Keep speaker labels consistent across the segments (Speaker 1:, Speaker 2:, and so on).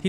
Speaker 1: 听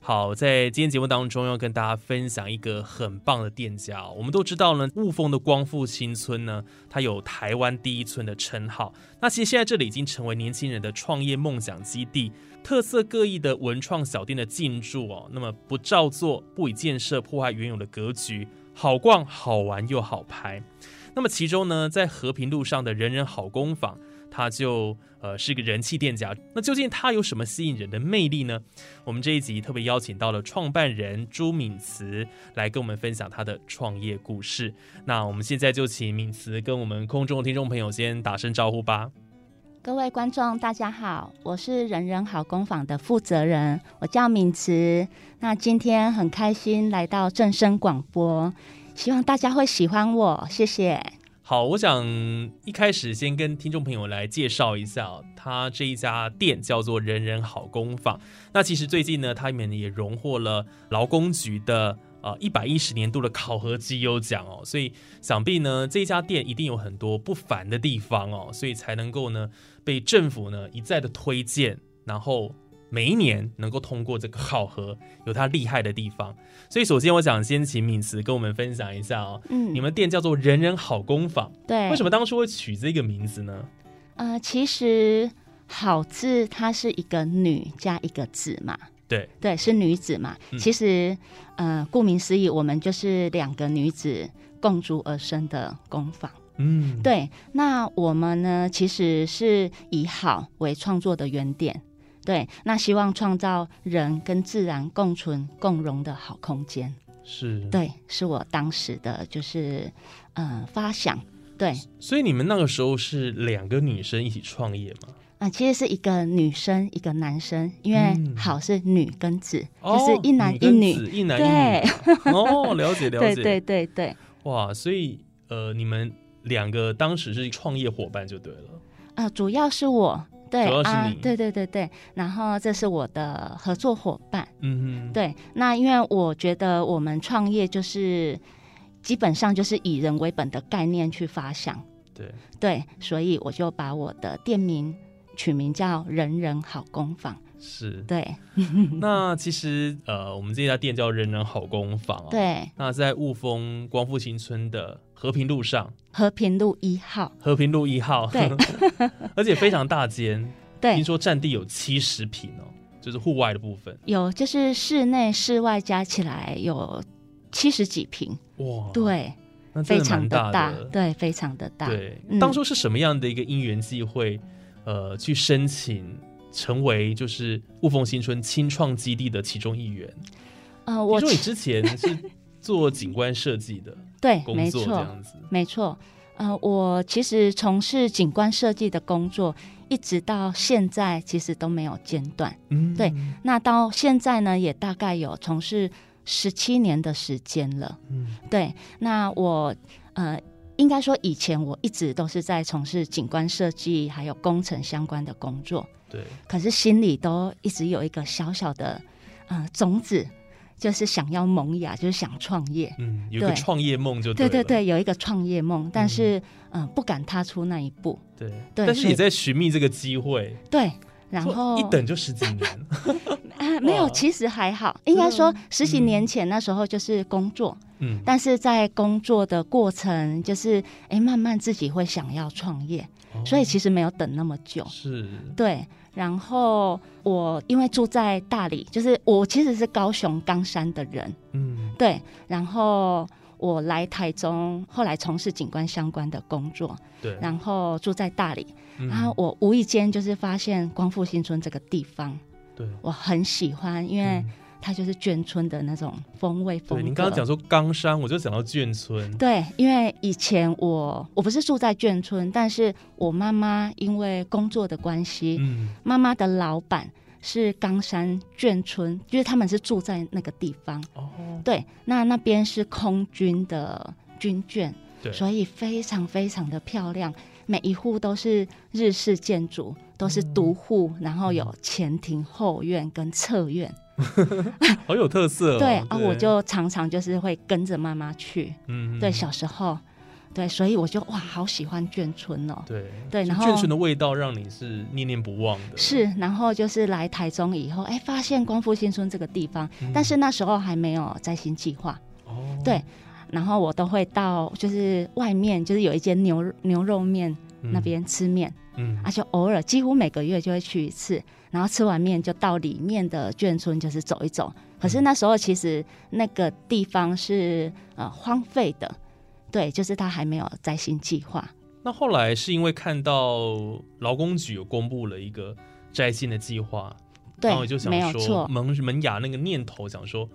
Speaker 1: 好，在今天节目当中要跟大家分享一个很棒的店家哦、我们都知道呢，雾峰的光复新村呢，它有台湾第一村的称号。那其实现在这里已经成为年轻人的创业梦想基地，特色各异的文创小店的进驻哦，那么不照做、不以建设破坏原有的格局，好逛、好玩又好拍。那么其中呢，在和平路上的人人好工坊，它就呃是个人气店家。那究竟它有什么吸引人的魅力呢？我们这一集特别邀请到了创办人朱敏慈来跟我们分享她的创业故事。那我们现在就请敏慈跟我们空中的听众朋友先打声招呼吧。
Speaker 2: 各位观众，大家好，我是人人好工坊的负责人，我叫敏慈。那今天很开心来到正声广播，希望大家会喜欢我，谢谢。
Speaker 1: 好，我想一开始先跟听众朋友来介绍一下、哦，他这一家店叫做“人人好工坊”。那其实最近呢，他们也荣获了劳工局的呃一百一十年度的考核绩优奖哦，所以想必呢这一家店一定有很多不凡的地方哦，所以才能够呢被政府呢一再的推荐，然后每一年能够通过这个考核，有它厉害的地方。所以首先我想先请敏慈跟我们分享一下哦，
Speaker 2: 嗯
Speaker 1: 你们店叫做“人人好工坊”。
Speaker 2: 对，
Speaker 1: 为什
Speaker 2: 么？
Speaker 1: 么当初会取这个名字呢？
Speaker 2: 呃，其实“好”字它是一个女加一个字嘛，
Speaker 1: 对，
Speaker 2: 对，是女子嘛。
Speaker 1: 嗯
Speaker 2: 其实，呃，顾名思义，我们就是两个女子共筑而生的工坊。
Speaker 1: 嗯，，
Speaker 2: 对，那我们呢，其实是以好为创作的原点。对，那希望创造人跟自然共存共荣的好空间。
Speaker 1: 是，。
Speaker 2: 对，是我当时的就是呃发想。对，
Speaker 1: 所以你们那个时候是两个女生一起创业嘛？
Speaker 2: 啊、其实是一个女生一个男生，因为
Speaker 1: 嗯
Speaker 2: 好是女跟子，
Speaker 1: 哦
Speaker 2: 就是一男一
Speaker 1: 跟
Speaker 2: 女。
Speaker 1: 子一男一
Speaker 2: 对
Speaker 1: 女。哦，了解了
Speaker 2: 对
Speaker 1: 解。
Speaker 2: 对对对，
Speaker 1: 哇，所以呃，你们两个当时是创业伙伴就对了。
Speaker 2: 呃，主要是我。对
Speaker 1: 主要是
Speaker 2: 啊
Speaker 1: 你，
Speaker 2: 对对对对，然后这是我的合作伙伴。
Speaker 1: 嗯哼，，
Speaker 2: 对，那因为我觉得我们创业就是基本上就是以人为本的概念去发想，
Speaker 1: 对，
Speaker 2: 对，所以我就把我的店名取名叫“人人好工坊
Speaker 1: 是”，。
Speaker 2: 对
Speaker 1: 那其实呃，我们这家店叫人人好工坊啊。。
Speaker 2: 对，
Speaker 1: 那在雾峰光复新村的和平路上，
Speaker 2: 和平路一号，
Speaker 1: 和平路一号，
Speaker 2: 对，
Speaker 1: 而且非常大间，听
Speaker 2: 对，
Speaker 1: 说占地有七十平哦，就是户外的部分。
Speaker 2: 有就是室内室外加起来有七十几平，
Speaker 1: 哇，，
Speaker 2: 对，
Speaker 1: 那真的蛮
Speaker 2: 非常的
Speaker 1: 大
Speaker 2: 大
Speaker 1: 的，。
Speaker 2: 对，非常的大，
Speaker 1: 对
Speaker 2: 嗯
Speaker 1: 当初是什么样的一个因缘际会，呃，去申请成为就是雾峰新村青创基地的其中一员？
Speaker 2: 呃，
Speaker 1: 听
Speaker 2: 我
Speaker 1: 说你
Speaker 2: 其
Speaker 1: 之前是做景观设计的
Speaker 2: 对，
Speaker 1: 工
Speaker 2: 没
Speaker 1: 作，
Speaker 2: 错，
Speaker 1: 这样子。
Speaker 2: 没错，呃，我其实从事景观设计的工作，一直到现在其实都没有间断。
Speaker 1: 嗯，
Speaker 2: 对，那到现在呢，也大概有从事十七年的时间了。
Speaker 1: 嗯，
Speaker 2: 对，那我呃，应该说以前我一直都是在从事景观设计还有工程相关的工作，
Speaker 1: 对，
Speaker 2: 可是心里都一直有一个小小的呃种子，就是想要萌芽，就是想创业。
Speaker 1: 嗯，有一个
Speaker 2: 对
Speaker 1: 创业梦就
Speaker 2: 对
Speaker 1: 对
Speaker 2: 对
Speaker 1: 了
Speaker 2: 对，有一个创业梦，但是嗯、呃不敢踏出那一步。
Speaker 1: 对
Speaker 2: 对
Speaker 1: 但是
Speaker 2: 所以
Speaker 1: 你在寻觅这个机会，
Speaker 2: 对，然
Speaker 1: 说
Speaker 2: 后
Speaker 1: 一等就十几年，
Speaker 2: 啊没有，
Speaker 1: 哇
Speaker 2: 其实还好，应该说十几
Speaker 1: 嗯
Speaker 2: 年前那时候就是工作，
Speaker 1: 嗯，
Speaker 2: 但是在工作的过程，就是哎慢慢自己会想要创业，所以其实没有等那么久。
Speaker 1: 哦是
Speaker 2: 对，然后我因为住在大理，就是我其实是高雄冈山的人，
Speaker 1: 嗯
Speaker 2: 对，然后我来台中，后来从事景观相关的工作，
Speaker 1: 对，
Speaker 2: 然后住在大理，
Speaker 1: 嗯
Speaker 2: 然后我无意间就是发现光复新村这个地方，
Speaker 1: 对，
Speaker 2: 我很喜欢，因为
Speaker 1: 嗯
Speaker 2: 它就是眷村的那种风味哎风
Speaker 1: 对
Speaker 2: 格。
Speaker 1: 您刚刚讲说冈山，我就想到眷村，
Speaker 2: 对，因为以前我我不是住在眷村，但是我妈妈因为工作的关系，
Speaker 1: 嗯
Speaker 2: 妈妈的老板是冈山眷村，就是他们是住在那个地方。
Speaker 1: 哦，
Speaker 2: 对，那那边是空军的军眷，
Speaker 1: 对，
Speaker 2: 所以非常非常的漂亮，每一户都是日式建筑，都是独户，然后
Speaker 1: 嗯
Speaker 2: 有前庭、后院跟侧院。
Speaker 1: 好有特色哦。
Speaker 2: 对啊，我就常常就是会跟着妈妈去。
Speaker 1: 嗯
Speaker 2: 对，小时候，对，所以我就哇，好喜欢眷村哦。
Speaker 1: 对
Speaker 2: 对
Speaker 1: 就
Speaker 2: 然后
Speaker 1: 眷村的味道让你是念念不忘的。
Speaker 2: 是，然后就是来台中以后，哎，发现光复新村这个地方，
Speaker 1: 嗯，
Speaker 2: 但是那时候还没有摘星计划，
Speaker 1: 哦，
Speaker 2: 对然后我都会到就是外面，就是有一间牛牛肉面
Speaker 1: 嗯
Speaker 2: 那，边吃面，
Speaker 1: 嗯
Speaker 2: 啊，就偶尔几乎每个月就会去一次，然后吃完面就到里面的眷村就是走一走。可
Speaker 1: 嗯
Speaker 2: 是那时候其实那个地方是呃荒废的，对，就是它还没有摘星计划。
Speaker 1: 那后来是因为看到劳工局有公布了一个摘星的计划，
Speaker 2: 对
Speaker 1: 然后我哦就，想
Speaker 2: 没有
Speaker 1: 说
Speaker 2: 错。
Speaker 1: 萌萌芽那个念头，想说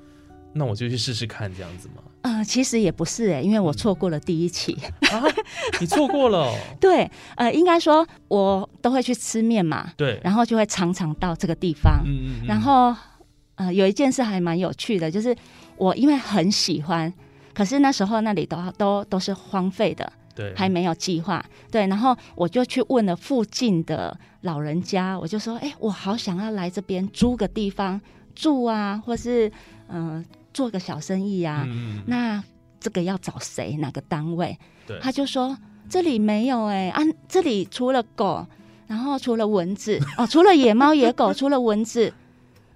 Speaker 1: 那我就去试试看这样子嘛。
Speaker 2: 呃，其实也不是诶、因为我
Speaker 1: 嗯
Speaker 2: 错过了第一期。
Speaker 1: 啊，你错过了哦，
Speaker 2: 对，呃，应该说我都会去吃面嘛，
Speaker 1: 对，
Speaker 2: 然后就会常常到这个地方。
Speaker 1: 嗯嗯嗯
Speaker 2: 然后呃，有一件事还蛮有趣的，就是我因为很喜欢，可是那时候那里都都都是荒废的，
Speaker 1: 对
Speaker 2: 还没有计划。对，然后我就去问了附近的老人家，我就说：“哎、我好想要来这边租个地方住啊，或是嗯、呃做个小生意啊。
Speaker 1: 嗯嗯嗯
Speaker 2: 那这个要找谁？哪个单位？”
Speaker 1: 对
Speaker 2: 他就说：“这里没有哎、啊，这里除了狗，然后除了蚊 子，哦，除了野猫野狗，除了蚊子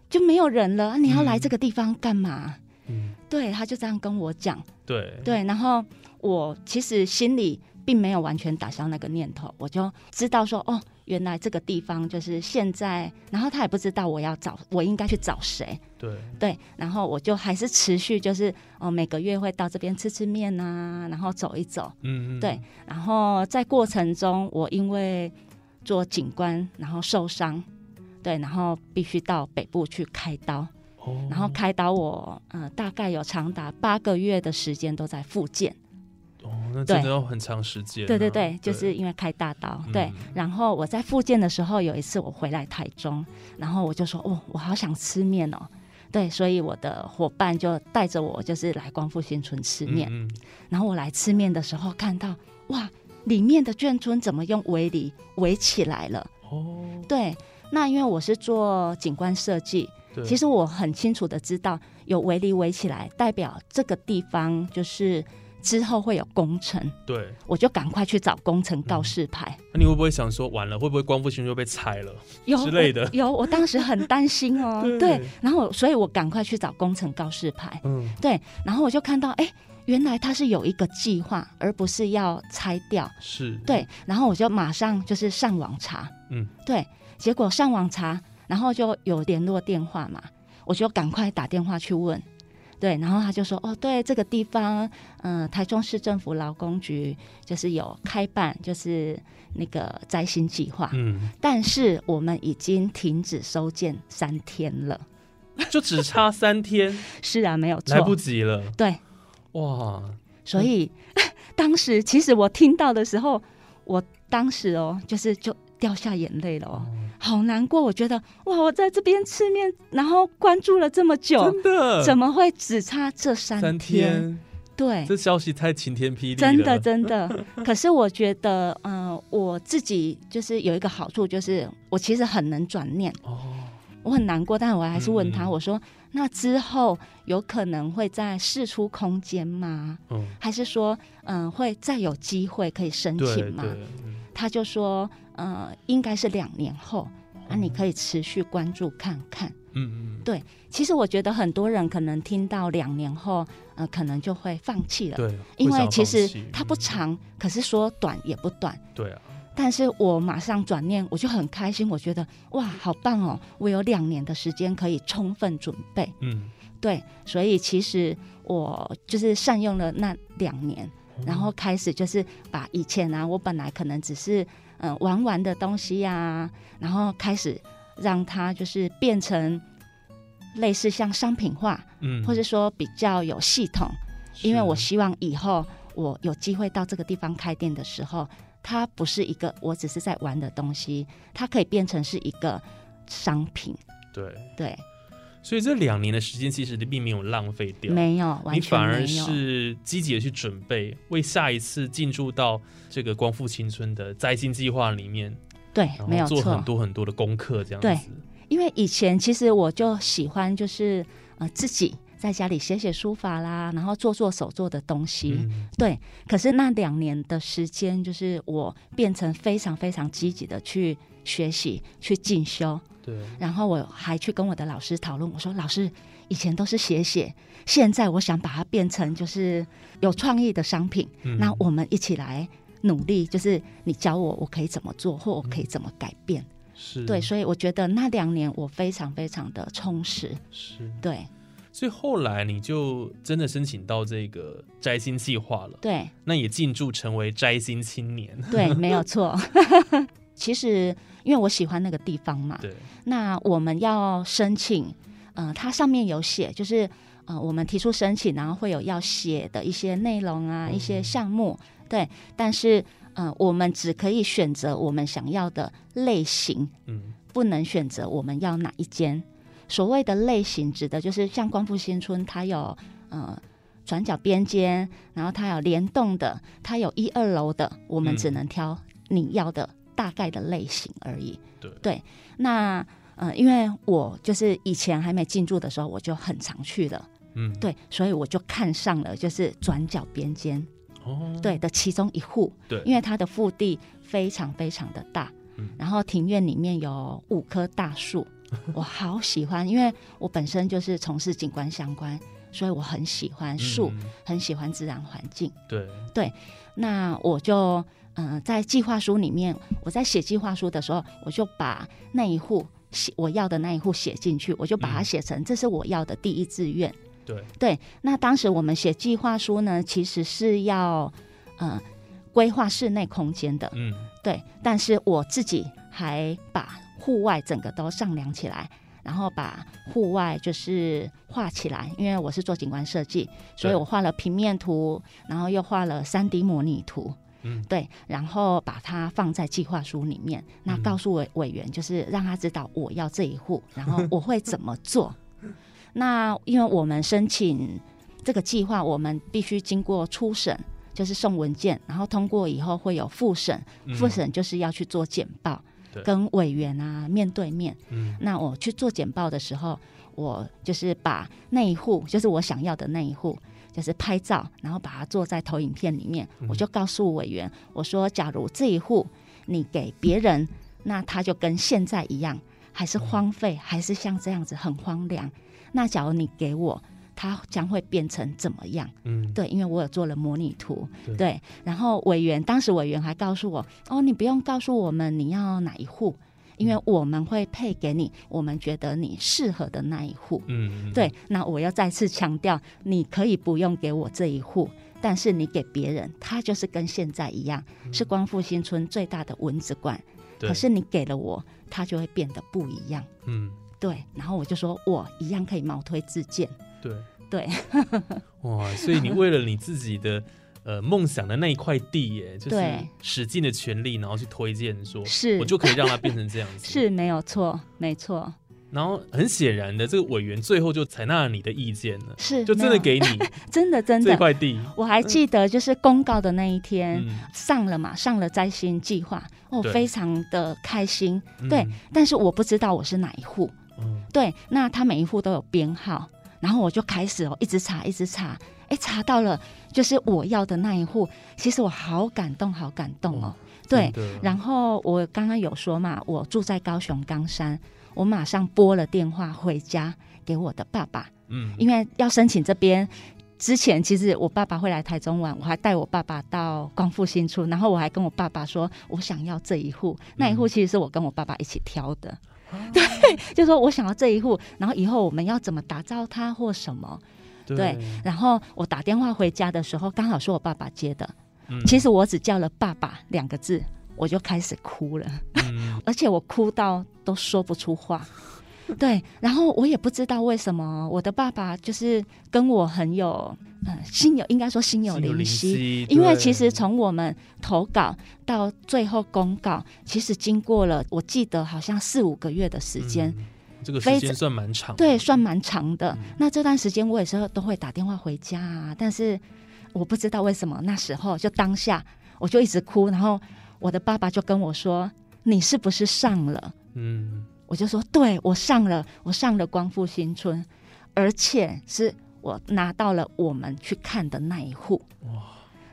Speaker 2: 就没有人了。啊你要来这个地方干嘛？”
Speaker 1: 嗯
Speaker 2: 对，他就这样跟我讲。
Speaker 1: 对
Speaker 2: 对，然后我其实心里并没有完全打消那个念头，我就知道说，哦，原来这个地方就是现在，然后他也不知道我要找，我应该去找谁，
Speaker 1: 对
Speaker 2: 对，然后我就还是持续就是，哦，每个月会到这边吃吃面啊，然后走一走，
Speaker 1: 嗯嗯
Speaker 2: 对，然后在过程中，我因为做警官，然后受伤，对，然后必须到北部去开刀，
Speaker 1: 哦
Speaker 2: 然后开刀我，呃，大概有长达八个月的时间都在复健。
Speaker 1: 哦，那真的
Speaker 2: 对
Speaker 1: 要很长时间啊。
Speaker 2: 对对嗯对，就是因为开大刀。
Speaker 1: 嗯
Speaker 2: 对，然后我在复健的时候，有一次我回来台中，然后我就说，哦，我好想吃面哦。对，所以我的伙伴就带着我，就是来光复新村吃面。
Speaker 1: 嗯嗯
Speaker 2: 然后我来吃面的时候，看到哇，里面的眷村怎么用围篱围起来了？
Speaker 1: 哦，
Speaker 2: 对，那因为我是做景观设计，
Speaker 1: 对，
Speaker 2: 其实我很清楚的知道，有围篱围起来，代表这个地方就是之后会有工程。
Speaker 1: 对，
Speaker 2: 我就赶快去找工程告示牌，
Speaker 1: 那你会不会想说，完了会不会光复新就被拆了？
Speaker 2: 有
Speaker 1: 之类的
Speaker 2: 我有，我当时很担心哦，
Speaker 1: 对
Speaker 2: 然后所以我赶快去找工程告示牌，
Speaker 1: 嗯，
Speaker 2: 对，然后我就看到，哎，原来它是有一个计划，而不是要拆掉，
Speaker 1: 是，，
Speaker 2: 对，然后我就马上就是上网查，
Speaker 1: 嗯，
Speaker 2: 对，结果上网查，然后就有联络电话嘛，我就赶快打电话去问。对，然后他就说：“哦，对，这个地方，嗯、台中市政府劳工局就是有开办，就是那个摘星计划，
Speaker 1: 嗯，
Speaker 2: 但是我们已经停止收件三天了。
Speaker 1: 就只差三 天，
Speaker 2: 是啊，没有错，
Speaker 1: 来不及了，
Speaker 2: 对，
Speaker 1: 哇，
Speaker 2: 所以、
Speaker 1: 嗯
Speaker 2: 当时其实我听到的时候，我当时哦，就是就掉下眼泪了哦，好难过。我觉得哇，我在这边吃面，然后关注了这么久，
Speaker 1: 真的，
Speaker 2: 怎么会只差这三
Speaker 1: 三天？
Speaker 2: 对，
Speaker 1: 这消息太晴天霹雳了，
Speaker 2: 真的真的。 可是我觉得，嗯、我自己就是有一个好处，就是我其实很能转念。
Speaker 1: 哦，
Speaker 2: 我很难过，但我还是问他，
Speaker 1: 嗯嗯
Speaker 2: 我说：“那之后有可能会再试出空间吗？
Speaker 1: 嗯，
Speaker 2: 还是说，嗯、会再有机会可以申
Speaker 1: 对
Speaker 2: 请
Speaker 1: 对，
Speaker 2: 吗？”
Speaker 1: 嗯
Speaker 2: 他就说：“呃，应该是两年后，那、你可以持续关注看看。
Speaker 1: 嗯嗯，
Speaker 2: 其实我觉得很多人可能听到两年后，呃，可能就会放弃了，
Speaker 1: 对，
Speaker 2: 因
Speaker 1: 会想
Speaker 2: 为
Speaker 1: 要
Speaker 2: 其
Speaker 1: 放
Speaker 2: 实
Speaker 1: 弃
Speaker 2: 它不，
Speaker 1: 嗯
Speaker 2: 长，可是说短也不短。
Speaker 1: 对啊，
Speaker 2: 但是我马上转念，我就很开心，我觉得哇，好棒哦！我有两年的时间可以充分准备，
Speaker 1: 嗯，
Speaker 2: 对，所以其实我就是善用了那两年，
Speaker 1: 嗯
Speaker 2: 然后开始就是把以前啊，我本来可能只是嗯、呃玩玩的东西呀、然后开始让它就是变成类似像商品化，
Speaker 1: 嗯，
Speaker 2: 或者说比较有系统，因为我希望以后我有机会到这个地方开店的时候，它不是一个我只是在玩的东西，它可以变成是一个商品。
Speaker 1: 对，
Speaker 2: 对，
Speaker 1: 所以这两年的时间其实你并没有浪费掉，
Speaker 2: 没有，
Speaker 1: 你
Speaker 2: 完全
Speaker 1: 反而
Speaker 2: 没有。
Speaker 1: 是积极的去准备，为下一次进入到这个光复青春的摘星计划里面，
Speaker 2: 对，
Speaker 1: 然
Speaker 2: 没有
Speaker 1: 后做很
Speaker 2: 错。
Speaker 1: 多很多的功课，这样
Speaker 2: 对
Speaker 1: 子。嗯
Speaker 2: 因为以前其实我就喜欢就是呃自己在家里写写书法啦，然后做做手做的东西。
Speaker 1: 嗯，
Speaker 2: 对，可是那两年的时间，就是我变成非常非常积极的去学习、去进修，
Speaker 1: 对，
Speaker 2: 然后我还去跟我的老师讨论，我说老师，以前都是写写，现在我想把它变成就是有创意的商品，
Speaker 1: 嗯
Speaker 2: 那我们一起来努力，就是你教我我可以怎么做，或我可以怎么改变。
Speaker 1: 是
Speaker 2: 对，所以我觉得那两年我非常非常的充实。
Speaker 1: 是，
Speaker 2: 对
Speaker 1: 所以后来你就真的申请到这个摘星计划了，
Speaker 2: 对
Speaker 1: 那也进驻成为摘星青年，
Speaker 2: 对，没有错。其实因为我喜欢那个地方嘛，
Speaker 1: 对，
Speaker 2: 那我们要申请，呃，它上面有写，就是呃，我们提出申请，然后会有要写的一些内容啊，一些项目，对。但是呃，我们只可以选择我们想要的类型，
Speaker 1: 嗯，
Speaker 2: 不能选择我们要哪一间。所谓的类型，指的就是像光复新村，它有呃转角边间，然后它有联动的，它有一二楼的，我们
Speaker 1: 嗯
Speaker 2: 只能挑你要的大概的类型而已。
Speaker 1: 对
Speaker 2: 那呃，因为我就是以前还没进驻的时候，我就很常去的，
Speaker 1: 嗯，，
Speaker 2: 对，所以我就看上了就是转角边间
Speaker 1: 哦，
Speaker 2: 对的其中一户，
Speaker 1: 对，
Speaker 2: 因为它的腹地非常非常的大
Speaker 1: 嗯，
Speaker 2: 然后庭院里面有五棵 大树，我好喜欢，因为我本身就是从事景观相关，所以我很喜欢树，
Speaker 1: 嗯
Speaker 2: 很喜欢自然环境。
Speaker 1: 对，
Speaker 2: 那我就嗯、呃在计划书里面，我在写计划书的时候，我就把那一户写我要的那一户写进去，我就把它
Speaker 1: 嗯
Speaker 2: 写成这是我要的第一志愿。
Speaker 1: 对，
Speaker 2: 对，那当时我们写计划书呢，其实是要呃规划室内空间的，
Speaker 1: 嗯，
Speaker 2: 对，但是我自己还把户外整个都丈量起来。然后把户外就是画起来，因为我是做景观设计，所以
Speaker 1: 对
Speaker 2: 我画了平面图，然后又画了三 D 模拟图，
Speaker 1: 嗯，
Speaker 2: 对，然后把它放在计划书里面，那
Speaker 1: 嗯
Speaker 2: 告诉委委员，就是让他知道我要这一户，然 后我会怎么做。那因为我们申请这个计划，我们必须经过初审，就是送文件，然后通过以后会有复审，
Speaker 1: 嗯
Speaker 2: 复，审就是要去做简报，
Speaker 1: 对
Speaker 2: 跟委员啊面对面。
Speaker 1: 嗯，
Speaker 2: 那我去做简报的时候，我就是把那一户，就是我想要的那一户，就是拍照，然后把它做在投影片里面。
Speaker 1: 嗯
Speaker 2: 我就告诉委员，我说，假如这一户你给别人，那他就跟现在一样，还是荒废，还是像这样子很荒凉。那假如你给我，它将会变成怎么样？
Speaker 1: 嗯，
Speaker 2: 对，因为我有做了模拟图，
Speaker 1: 对
Speaker 2: 然后委员当时委员还告诉我，哦，你不用告诉我们你要哪一户，
Speaker 1: 嗯
Speaker 2: 因为我们会配给你我们觉得你适合的那一户。
Speaker 1: 嗯，嗯，
Speaker 2: 对，那我要再次强调，你可以不用给我这一户，但是你给别人，他就是跟现在一样，是光复新村最大的蚊子馆，
Speaker 1: 嗯对
Speaker 2: 可是，你给了我，它就会变得不一样。
Speaker 1: 嗯，
Speaker 2: 对，然后我就说我一样可以毛推自荐。
Speaker 1: 对，
Speaker 2: 对，
Speaker 1: 哇，所以你为了你自己的。呃，梦想的那一块地耶，就是
Speaker 2: 对
Speaker 1: 使尽了全力，然后去推荐说，
Speaker 2: 是
Speaker 1: 我就可以让它变成这样子。
Speaker 2: 是没有错，没错。
Speaker 1: 然后很显然的，这个委员最后就采纳了你的意见了，
Speaker 2: 是
Speaker 1: 就真的
Speaker 2: 没有
Speaker 1: 给你
Speaker 2: 真的真
Speaker 1: 这
Speaker 2: 的，
Speaker 1: 块地。
Speaker 2: 我还记得就是公告的那一天、
Speaker 1: 嗯，
Speaker 2: 上了嘛，上了摘星计划，我、
Speaker 1: 对
Speaker 2: 非常的开心。
Speaker 1: 嗯
Speaker 2: 对，但是我不知道我是哪一户，
Speaker 1: 嗯
Speaker 2: 对，那他每一户都有编号，然后我就开始哦，一直查，一直查，哎，查到了就是我要的那一户，其实我好感动，好感动哦，对。
Speaker 1: 真的
Speaker 2: 然后我刚刚有说嘛，我住在高雄冈山，我马上拨了电话回家给我的爸爸，
Speaker 1: 嗯，
Speaker 2: 因为要申请这边之前其实我爸爸会来台中玩，我还带我爸爸到光复新村，然后我还跟我爸爸说，我想要这一户，那一户其实是我跟我爸爸一起挑的， 对，就说我想要这一户，然后以后我们要怎么打造它或什么。对，然后我打电话回家的时候，刚好是我爸爸接的，
Speaker 1: 嗯
Speaker 2: 其实我只叫了“爸爸”两个字，我就开始哭了。
Speaker 1: 嗯
Speaker 2: 而且我哭到都说不出话。 对，然后我也不知道为什么我的爸爸就是跟我很有，呃，心有应该说心有
Speaker 1: 心有
Speaker 2: 灵
Speaker 1: 灵
Speaker 2: 犀，
Speaker 1: 犀，
Speaker 2: 因为
Speaker 1: 对
Speaker 2: 其实从我们投稿到最后公告，其实经过了我记得好像四五个月的时间，
Speaker 1: 嗯这个时
Speaker 2: 非
Speaker 1: 间算蛮长的，
Speaker 2: 对，算蛮长的。那这段时间我也是都会打电话回家啊，但是我不知道为什么那时候就当下我就一直哭，然后我的爸爸就跟我说：“你是不是上了？”
Speaker 1: 嗯，
Speaker 2: 我就说，对我上了，我上了光复新村，而且是我拿到了我们去看的那一户。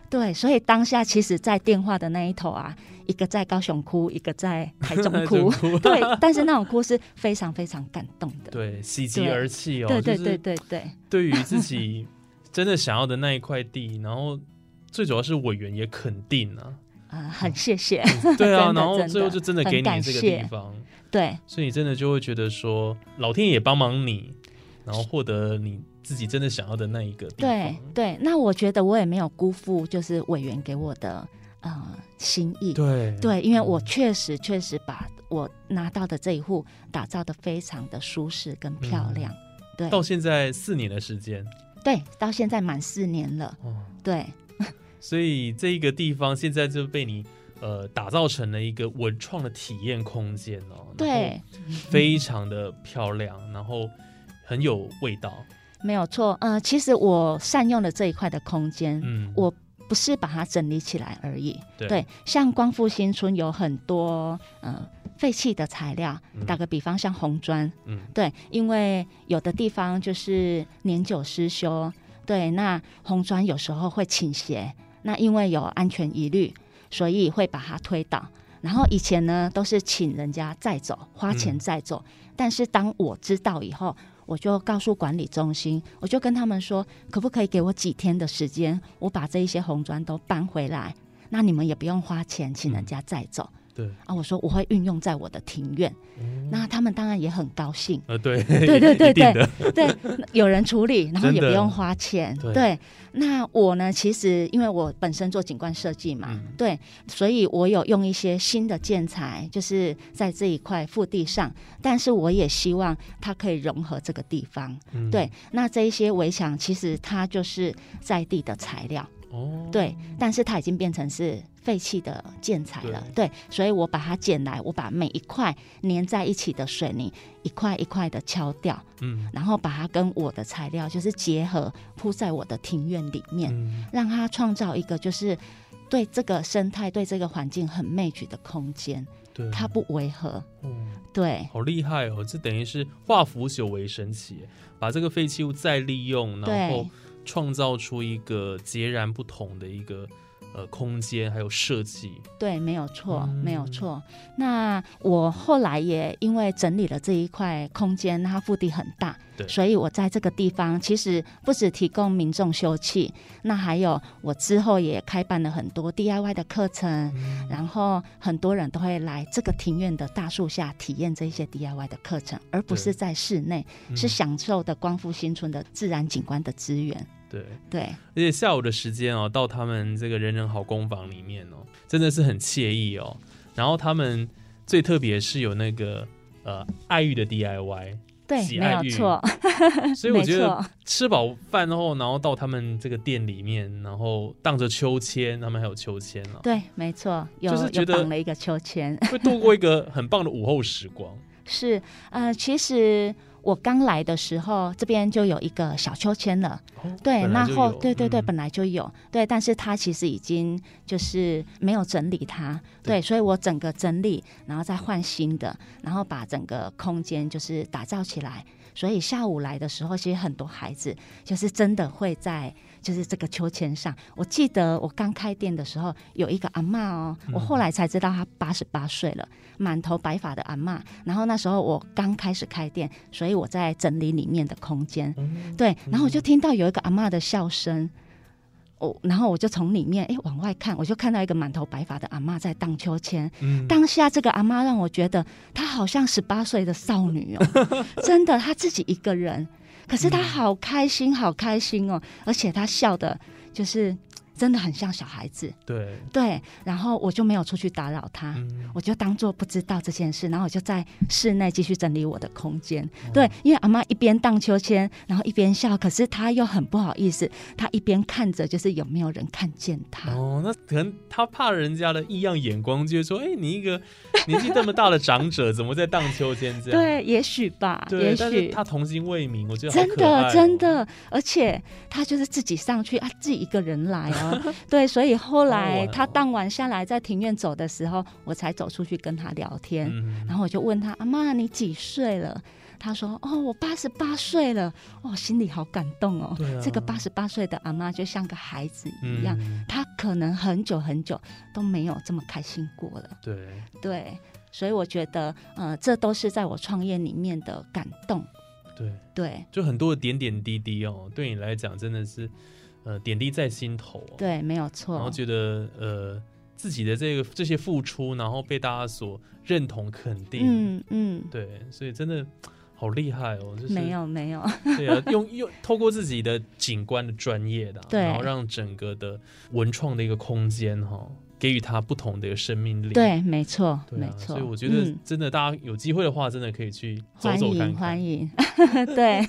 Speaker 2: 对，所以当下其实，在电话的那一头啊，一个在高雄哭，一个在台中哭
Speaker 1: 真。哭，
Speaker 2: 对，但是那种哭是非常非常感动的。
Speaker 1: 对，喜极
Speaker 2: 对
Speaker 1: 而泣哦，
Speaker 2: 对对
Speaker 1: 就是
Speaker 2: 对对对，
Speaker 1: 对 于自己真的想要的那一块地，然后最主要是委员也肯定 啊，
Speaker 2: 呃，很谢谢。
Speaker 1: 对啊，
Speaker 2: 真的
Speaker 1: 然后
Speaker 2: 真的
Speaker 1: 最后就真的
Speaker 2: 很
Speaker 1: 给你
Speaker 2: 感
Speaker 1: 这个
Speaker 2: 谢
Speaker 1: 地方，
Speaker 2: 对
Speaker 1: 所以你真的就会觉得说，老天也帮忙你，然后获得你自己真的想要的那一个地
Speaker 2: 对
Speaker 1: 方，
Speaker 2: 对，那我觉得我也没有辜负，就是委员给我的呃心意。
Speaker 1: 对
Speaker 2: 对，因为
Speaker 1: 嗯
Speaker 2: 我确实确实把我拿到的这一户打造的非常的舒适跟漂亮。
Speaker 1: 嗯到现在四年的时间，
Speaker 2: 对，到现在满四年了。
Speaker 1: 哦，
Speaker 2: 对，
Speaker 1: 所以这一个地方现在就被你。呃，打造成了一个文创的体验空间哦，然后
Speaker 2: 对，
Speaker 1: 非常的漂亮，然后很有味道，
Speaker 2: 没有错。呃，其实我善用了这一块的空间，
Speaker 1: 嗯，
Speaker 2: 我不是把它整理起来而已。
Speaker 1: 对
Speaker 2: 对，像光复新村有很多呃废弃的材料，
Speaker 1: 嗯
Speaker 2: 打个比方，像红砖，
Speaker 1: 嗯
Speaker 2: 对，因为有的地方就是年久失修，对，那红砖有时候会倾斜，那因为有安全疑虑，所以会把它推倒。然后以前呢，都是请人家载走，花钱
Speaker 1: 嗯
Speaker 2: 载走。但是当我知道以后，我就告诉管理中心，我就跟他们说，可不可以给我几天的时间，我把这一些红砖都搬回来，那你们也不用花钱请人家载走。
Speaker 1: 嗯对，。
Speaker 2: 啊，我说我会运用在我的庭院，那他们当然也很高兴
Speaker 1: 呃，对，
Speaker 2: 对对对
Speaker 1: 一定的，
Speaker 2: 对 对，有人处理，然后
Speaker 1: 真
Speaker 2: 也不
Speaker 1: 的
Speaker 2: 用花钱。
Speaker 1: 对
Speaker 2: 对，那我呢，其实因为我本身做景观设计嘛，
Speaker 1: 嗯
Speaker 2: 对，所以我有用一些新的建材，就是在这一块腹地上，但是我也希望它可以融合这个地方。
Speaker 1: 嗯
Speaker 2: 对，，那这一些围墙其实它就是在地的材料，
Speaker 1: 哦，
Speaker 2: 对，但是它已经变成是废弃的建材了，对，所以我把它捡来，我把每一块粘在一起的水泥一块一块的敲掉，
Speaker 1: 嗯
Speaker 2: 然后把它跟我的材料就是结合铺在我的庭院里面，
Speaker 1: 嗯，
Speaker 2: 让它创造一个就是对这个生态、对这个环境很 match 的空间，
Speaker 1: 对，
Speaker 2: 它不违和，
Speaker 1: 哦，
Speaker 2: 对
Speaker 1: 好厉害哦，这等于是化腐朽为神奇耶，把这个废弃物再利用，然后
Speaker 2: 对
Speaker 1: 创造出一个截然不同的一个呃空间，还有设计，
Speaker 2: 对，没有错，
Speaker 1: 嗯
Speaker 2: 没有错。那我后来也因为整理了这一块空间，它腹地很大
Speaker 1: 对，
Speaker 2: 所以我在这个地方其实不只提供民众休憩，那还有我之后也开办了很多 DIY 的课程，然后很多人都会来这个庭院的大树下体验这些 DIY 的课程，而不
Speaker 1: 对
Speaker 2: 是在室内，
Speaker 1: 嗯
Speaker 2: 是享受的光复新村的自然景观的资源。
Speaker 1: 对，
Speaker 2: 对，
Speaker 1: 而且下午的时间哦，到他们这个人人好工坊里面哦，真的是很惬意哦。然后他们最特别是有那个呃爱玉的 DIY，
Speaker 2: 对，
Speaker 1: 喜
Speaker 2: 没
Speaker 1: 爱
Speaker 2: 有
Speaker 1: 玉
Speaker 2: 错，
Speaker 1: 所以我
Speaker 2: 嗯没
Speaker 1: 觉得
Speaker 2: 错，
Speaker 1: 吃饱饭后，然后到他们这个店里面，然后荡着秋千，他们还有秋千哦，
Speaker 2: 对，没错，有
Speaker 1: 就是觉
Speaker 2: 有
Speaker 1: 得
Speaker 2: 绑了一个秋千。
Speaker 1: 会度过一个很棒的午后时光。
Speaker 2: 是，呃，其实我刚来的时候，这边就有一个小秋千了。
Speaker 1: 哦
Speaker 2: 对，
Speaker 1: 本来
Speaker 2: 那
Speaker 1: 就
Speaker 2: 后
Speaker 1: 有
Speaker 2: 对对对，
Speaker 1: 嗯
Speaker 2: 本来就有，对，但是它其实已经就是没有整理它，
Speaker 1: 对
Speaker 2: 对，所以我整个整理，然后再换新的，然后把整个空间就是打造起来。所以下午来的时候，其实很多孩子就是真的会在就是这个秋千上。我记得我刚开店的时候，有一个阿嬷哦，我
Speaker 1: 嗯
Speaker 2: 后来才知道她八十八岁了，满头白发的阿嬷。然后那时候我刚开始开店，所以我在整理里面的空间，
Speaker 1: 嗯
Speaker 2: 对。然后我就听到有一个阿嬷的笑声。我然后我就从里面哎往外看，我就看到一个满头白发的阿嬷在荡秋千，
Speaker 1: 嗯，
Speaker 2: 当下这个阿妈让我觉得她好像十八岁的少女哦，真的，她自己一个人，可是她好开心，好开心哦，而且她笑的，就是真的很像小孩子。
Speaker 1: 对，
Speaker 2: 对，然后我就没有出去打扰她。
Speaker 1: 嗯，
Speaker 2: 我就当做不知道这件事，然后我就在室内继续整理我的空间。
Speaker 1: 哦
Speaker 2: 对，因为阿妈一边荡秋千，然后一边笑，可是她又很不好意思，她一边看着就是有没有人看见她。
Speaker 1: 哦，那可能他怕人家的异样眼光，就是说，哎、你一个年纪这么大的长者，怎么在荡秋千这样？
Speaker 2: 对，也许吧，
Speaker 1: 对，
Speaker 2: 也
Speaker 1: 但是
Speaker 2: 许
Speaker 1: 他童心未泯，我觉得好
Speaker 2: 真
Speaker 1: 可爱哦
Speaker 2: 的真，的，而且他就是自己上去啊，自己一个人来 哦。对，所以后
Speaker 1: 好
Speaker 2: 来
Speaker 1: 晚哦
Speaker 2: 他当晚下来，在庭院走的时候，我才走出去跟他聊天。
Speaker 1: 嗯，
Speaker 2: 然后我就问他：“阿妈，你几岁了？”他说：“哦，我八十八岁了。”哦，心里好感动哦。
Speaker 1: 对啊
Speaker 2: 这个八十八岁的阿妈就像个孩子一样，
Speaker 1: 嗯，
Speaker 2: 她可能很久很久都没有这么开心过了。
Speaker 1: 对，
Speaker 2: 对，所以我觉得，呃，这都是在我创业里面的感动。
Speaker 1: 对，
Speaker 2: 对。
Speaker 1: 就很多的点点滴滴哦，对你来讲真的是，呃，点滴在心头、哦，，
Speaker 2: 对，没有
Speaker 1: 然后
Speaker 2: 错。
Speaker 1: 觉得呃自己的这个这些付出，然后被大家所认同肯定，，
Speaker 2: 嗯嗯，
Speaker 1: 对，所以真的好厉害哦，就是
Speaker 2: 没有没有，
Speaker 1: 对啊，用用透过自己的景观的专业的啊、
Speaker 2: 对
Speaker 1: 然后让整个的文创的一个空间哈、给予它不同的一个生命力，
Speaker 2: 对，没错
Speaker 1: 对啊。
Speaker 2: 没错。
Speaker 1: 所以我觉得
Speaker 2: 嗯
Speaker 1: 真的，大家有机会的话，真的可以去走
Speaker 2: 欢
Speaker 1: 走看
Speaker 2: 迎
Speaker 1: 看。
Speaker 2: 欢迎， 对，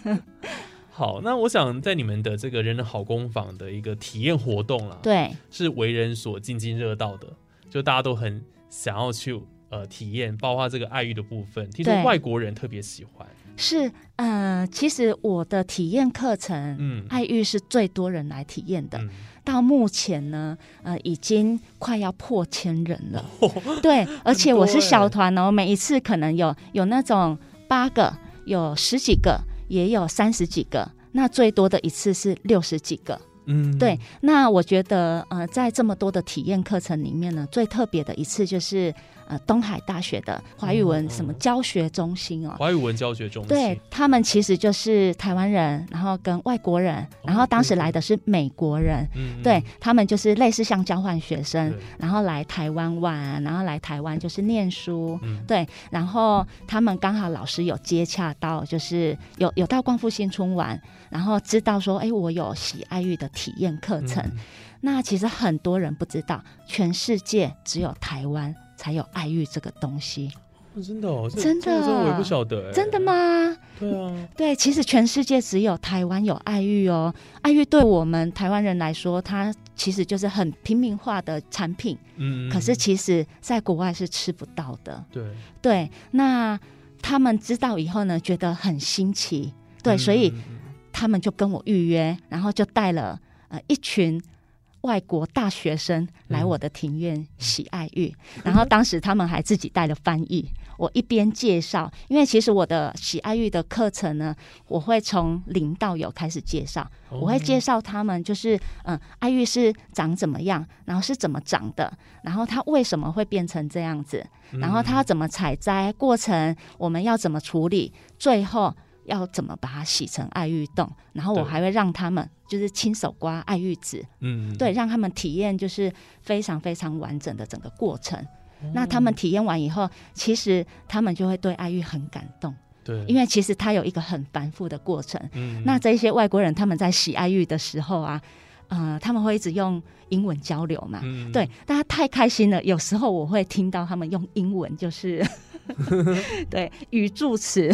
Speaker 1: 好，那我想在你们的这个人人好工坊的一个体验活动啦，，
Speaker 2: 对
Speaker 1: 是为人所津津乐道的，就大家都很想要去呃体验，包括这个爱欲的部分，听说
Speaker 2: 对
Speaker 1: 外国人特别喜欢，
Speaker 2: 是呃，其实我的体验课程。
Speaker 1: 嗯，
Speaker 2: 爱玉是最多人来体验的，
Speaker 1: 嗯
Speaker 2: 到目前呢，呃，已经快要破千人了。
Speaker 1: 哦
Speaker 2: 对，而且我是
Speaker 1: 欸
Speaker 2: 小团哦，每一次可能有有那种八个，有十几个，也有三十几个，那最多的一次是六十几个。
Speaker 1: 嗯，
Speaker 2: 对，那我觉得呃，在这么多的体验课程里面呢，最特别的一次就是呃，东海大学的华语
Speaker 1: 哦
Speaker 2: 文什么教学中心哦。
Speaker 1: 华语文教学中心，
Speaker 2: 对他们其实就是台湾人，然后跟外国
Speaker 1: 哦
Speaker 2: 人，然后当时来的是美国人，
Speaker 1: 嗯，嗯
Speaker 2: 对他们就是类似像交换学生
Speaker 1: 对，
Speaker 2: 然后来台湾玩，然后来台湾就是念书，
Speaker 1: 嗯
Speaker 2: 对，然后他们刚好老师有接洽到，就是有有到光复新村玩，然后知道说，哎，我有喜爱玉的体验课程。
Speaker 1: 嗯
Speaker 2: 那其实很多人不知道，全世界只有台湾才有爱玉这个东西，
Speaker 1: 哦真的哦，这
Speaker 2: 真的
Speaker 1: 这个我也不晓得、哎
Speaker 2: 真的？吗？
Speaker 1: 对啊，
Speaker 2: 对，其实全世界只有台湾有爱玉哦。爱玉对我们台湾人来说，它其实就是很平民化的产品，
Speaker 1: 嗯，
Speaker 2: 可是其实在国外是吃不到的。
Speaker 1: 对
Speaker 2: 对，那他们知道以后呢，觉得很新奇，对，
Speaker 1: 嗯
Speaker 2: 所以
Speaker 1: 嗯嗯
Speaker 2: 他们就跟我预约，然后就带了呃一群。外国大学生
Speaker 1: 嗯
Speaker 2: 来我的庭院喜爱浴，然后当时他们还自己带了翻译。我一边介绍，因为其实我的喜爱浴的课程呢，我会从零到有开始介绍，
Speaker 1: 哦
Speaker 2: 我会介绍他们，就是嗯，爱玉是长怎么样，然后是怎么长的，然后它为什么会变成这样子，
Speaker 1: 嗯
Speaker 2: 然后它要怎么采摘过程，我们要怎么处理，最后要怎么把它洗成爱玉冻，然后我
Speaker 1: 对
Speaker 2: 还会让他们就是亲手刮爱玉籽，
Speaker 1: 嗯，嗯
Speaker 2: 对，，让他们体验就是非常非常完整的整个过程。那他
Speaker 1: 哦
Speaker 2: 们体验完以后，其实他们就会对爱玉很感动，
Speaker 1: 对，
Speaker 2: 因
Speaker 1: 为
Speaker 2: 为其实它有一个很繁复的过程。
Speaker 1: 嗯
Speaker 2: 那这些外国人他们在洗爱玉的时候啊，呃，他们会一直用英文交流嘛，
Speaker 1: 嗯
Speaker 2: 对，，大家太开心了。有时候我会听到他们用英文，就是 对语助词，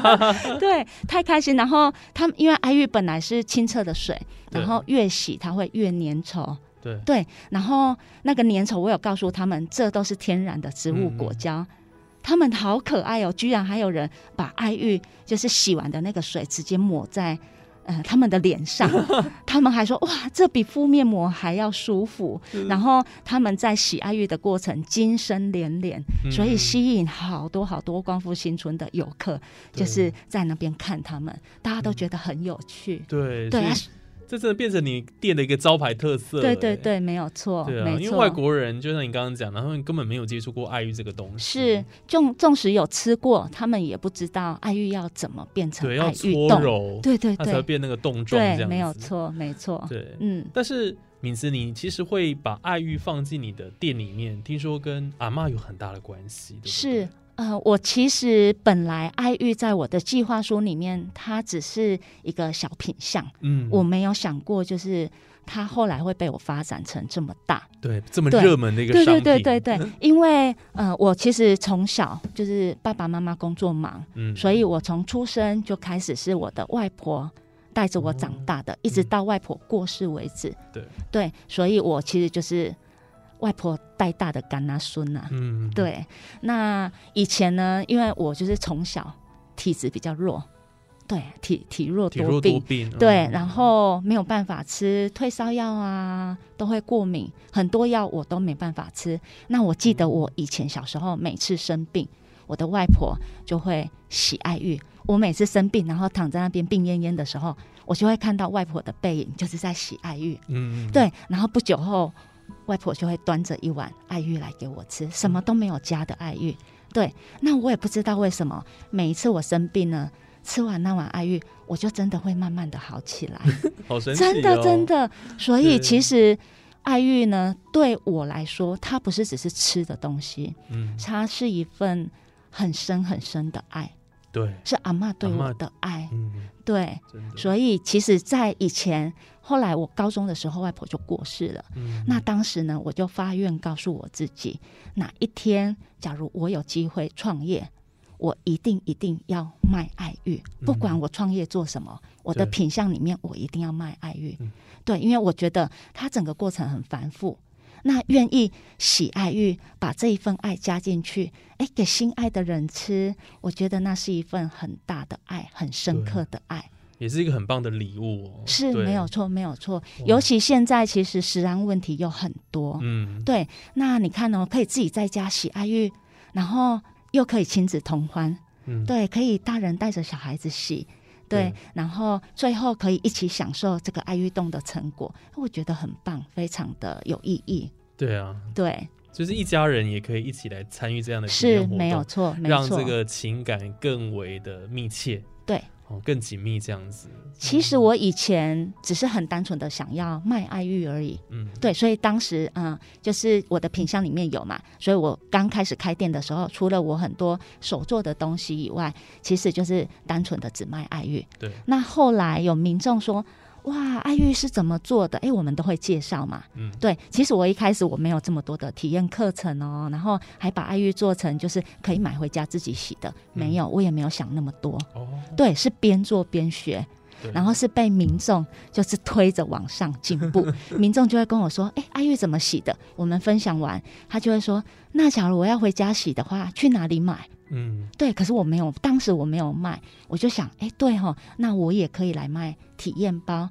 Speaker 2: 对，太开心。然后他们因为爱玉本来是清澈的水，
Speaker 1: 对
Speaker 2: 然后越洗它会越粘稠，
Speaker 1: 对，
Speaker 2: 对，然后那个粘稠，我有告诉他们，这都是天然的植
Speaker 1: 嗯
Speaker 2: 物果胶。他们好可爱哦！居然还有人把爱玉就是洗完的那个水直接抹在，呃，他们的脸 上。他们还说：“哇，这比敷面膜还要舒服。”然后他们在洗爱玉的过程，金声连连，所以
Speaker 1: 嗯
Speaker 2: 吸引好多好多光复新村的游客，就是在那边看他们，大家都觉得很有趣。
Speaker 1: 对，所
Speaker 2: 对
Speaker 1: 以
Speaker 2: 啊，
Speaker 1: 这真的变成你店的一个招牌特色。
Speaker 2: 对对
Speaker 1: 哎
Speaker 2: 对，没有错，
Speaker 1: 对啊，
Speaker 2: 没
Speaker 1: 因为
Speaker 2: 错。
Speaker 1: 外国人就像你刚刚讲的，他们根本没有接触过爱玉这个东西
Speaker 2: 是，，纵纵使有吃过，他们也不知道爱玉要怎么变成
Speaker 1: 对，
Speaker 2: 爱
Speaker 1: 要
Speaker 2: 玉
Speaker 1: 搓
Speaker 2: 冻。
Speaker 1: 揉，
Speaker 2: 对对
Speaker 1: 它才会
Speaker 2: 对，
Speaker 1: 变那个冻状这样
Speaker 2: 对，
Speaker 1: 子。
Speaker 2: 没有，错，没错。
Speaker 1: 对。
Speaker 2: 嗯，
Speaker 1: 但是敏子，你其实会把爱玉放进你的店里面，听说跟阿嬷有很大的关系，对不对
Speaker 2: 是。呃，我其实本来爱玉在我的计划书里面，它只是一个小品相，
Speaker 1: 嗯，
Speaker 2: 我没有想过就是它后来会被我发展成这么大。
Speaker 1: 对这么
Speaker 2: 对
Speaker 1: 热门的一个
Speaker 2: 对
Speaker 1: 商
Speaker 2: 对
Speaker 1: 品，
Speaker 2: 对对对， 因为呃，我其实从小就是爸爸妈妈工作忙，
Speaker 1: 嗯，
Speaker 2: 所以我从出生就开始是我的外婆带着我长大的，一直到外婆过世为止。
Speaker 1: 嗯对
Speaker 2: 对，所以我其实就是外婆带大的干啊孙啊。
Speaker 1: 嗯，
Speaker 2: 对，那以前呢，因为我就是从小体质比较弱，对，体体弱
Speaker 1: 体
Speaker 2: 多
Speaker 1: 弱
Speaker 2: 病，
Speaker 1: 多病，嗯
Speaker 2: 对，然后没有办法吃退烧药啊，都会过敏，很多药我都没办法吃。那我记得我以前小时候每次生病，我的外婆就会洗爱玉。我每次生病，然后躺在那边病恹恹的时候，我就会看到外婆的背影，就是在洗爱玉。
Speaker 1: 嗯，嗯，
Speaker 2: 对，然后不久后，外婆就会端着一碗爱玉来给我
Speaker 1: 嗯
Speaker 2: 吃，什么都没有加的爱玉。对，那我也不知道为什么，每一次我生病呢，吃完那碗爱玉，我就真的会慢慢的好起来，
Speaker 1: 好神奇，
Speaker 2: 真的真，的。所以
Speaker 1: 哦对
Speaker 2: 其实爱玉呢，对我来说，它不是只是吃的东西，
Speaker 1: 嗯，
Speaker 2: 它是一份很深很深的爱，
Speaker 1: 对，
Speaker 2: 是阿嬷对
Speaker 1: 阿嬷
Speaker 2: 我的爱。
Speaker 1: 嗯，
Speaker 2: 对，
Speaker 1: 真的，
Speaker 2: 所以其实，在以前，后来我高中的时候，外婆就过世了。
Speaker 1: 嗯
Speaker 2: 那当时呢，我就发愿告诉我自己，哪一天假如我有机会创业，我一定一定要卖爱玉，不
Speaker 1: 嗯
Speaker 2: 管我创业做什么，我的
Speaker 1: 对
Speaker 2: 品相里面我一定要卖爱玉。
Speaker 1: 嗯
Speaker 2: 对，因为我觉得它整个过程很繁复。那愿意喜爱玉，把这一份爱加进去，哎，给心爱的人吃，我觉得那是一份很大的爱，很深
Speaker 1: 对
Speaker 2: 刻的爱。
Speaker 1: 也是一个很棒的礼物哦，
Speaker 2: 是
Speaker 1: 对
Speaker 2: 没有，错，没有错。尤其现在，其实食安问题有很多。
Speaker 1: 嗯，
Speaker 2: 对，那你看哦，可以自己在家洗爱玉，然后又可以亲子同欢，
Speaker 1: 嗯，
Speaker 2: 对，可以大人带着小孩子洗。对
Speaker 1: 对，
Speaker 2: 然后最后可以一起享受这个爱玉冻的成果，我觉得很棒，非常的有意义。
Speaker 1: 对啊，
Speaker 2: 对，
Speaker 1: 就是一家人也可以一起来参与这样的体验
Speaker 2: 是
Speaker 1: 活
Speaker 2: 没有
Speaker 1: 动，
Speaker 2: 错，没
Speaker 1: 让
Speaker 2: 错。
Speaker 1: 这个情感更为的密切，
Speaker 2: 对，
Speaker 1: 哦，更紧密这样子，
Speaker 2: 其实我以前只是很单纯的想要卖爱玉而已，
Speaker 1: 嗯，
Speaker 2: 对，所以当时嗯、呃就是我的品相里面有嘛，所以我刚开始开店的时候，除了我很多手做的东西以外，其实就是单纯的只卖爱玉。
Speaker 1: 对，
Speaker 2: 那后来有民众说。哇，爱玉是怎么做的？诶，我们都会介绍嘛。
Speaker 1: 嗯
Speaker 2: 对，其实我一开始我没有这么多的体验课程哦，然后还把爱玉做成就是可以买回家自己洗的，没有，我也没有想那么多。
Speaker 1: 哦，
Speaker 2: 对，是边做边学，
Speaker 1: 对
Speaker 2: 然后是被民众就是推着往上进步，民众就会跟我说：“哎、爱玉怎么洗的？”我们分享完，他就会说：“那假如我要回家洗的话，去哪里买
Speaker 1: 嗯，？”
Speaker 2: 对，可是我没有，当时我没有卖，我就想：“哎、对哈，那我也可以来卖体验包。”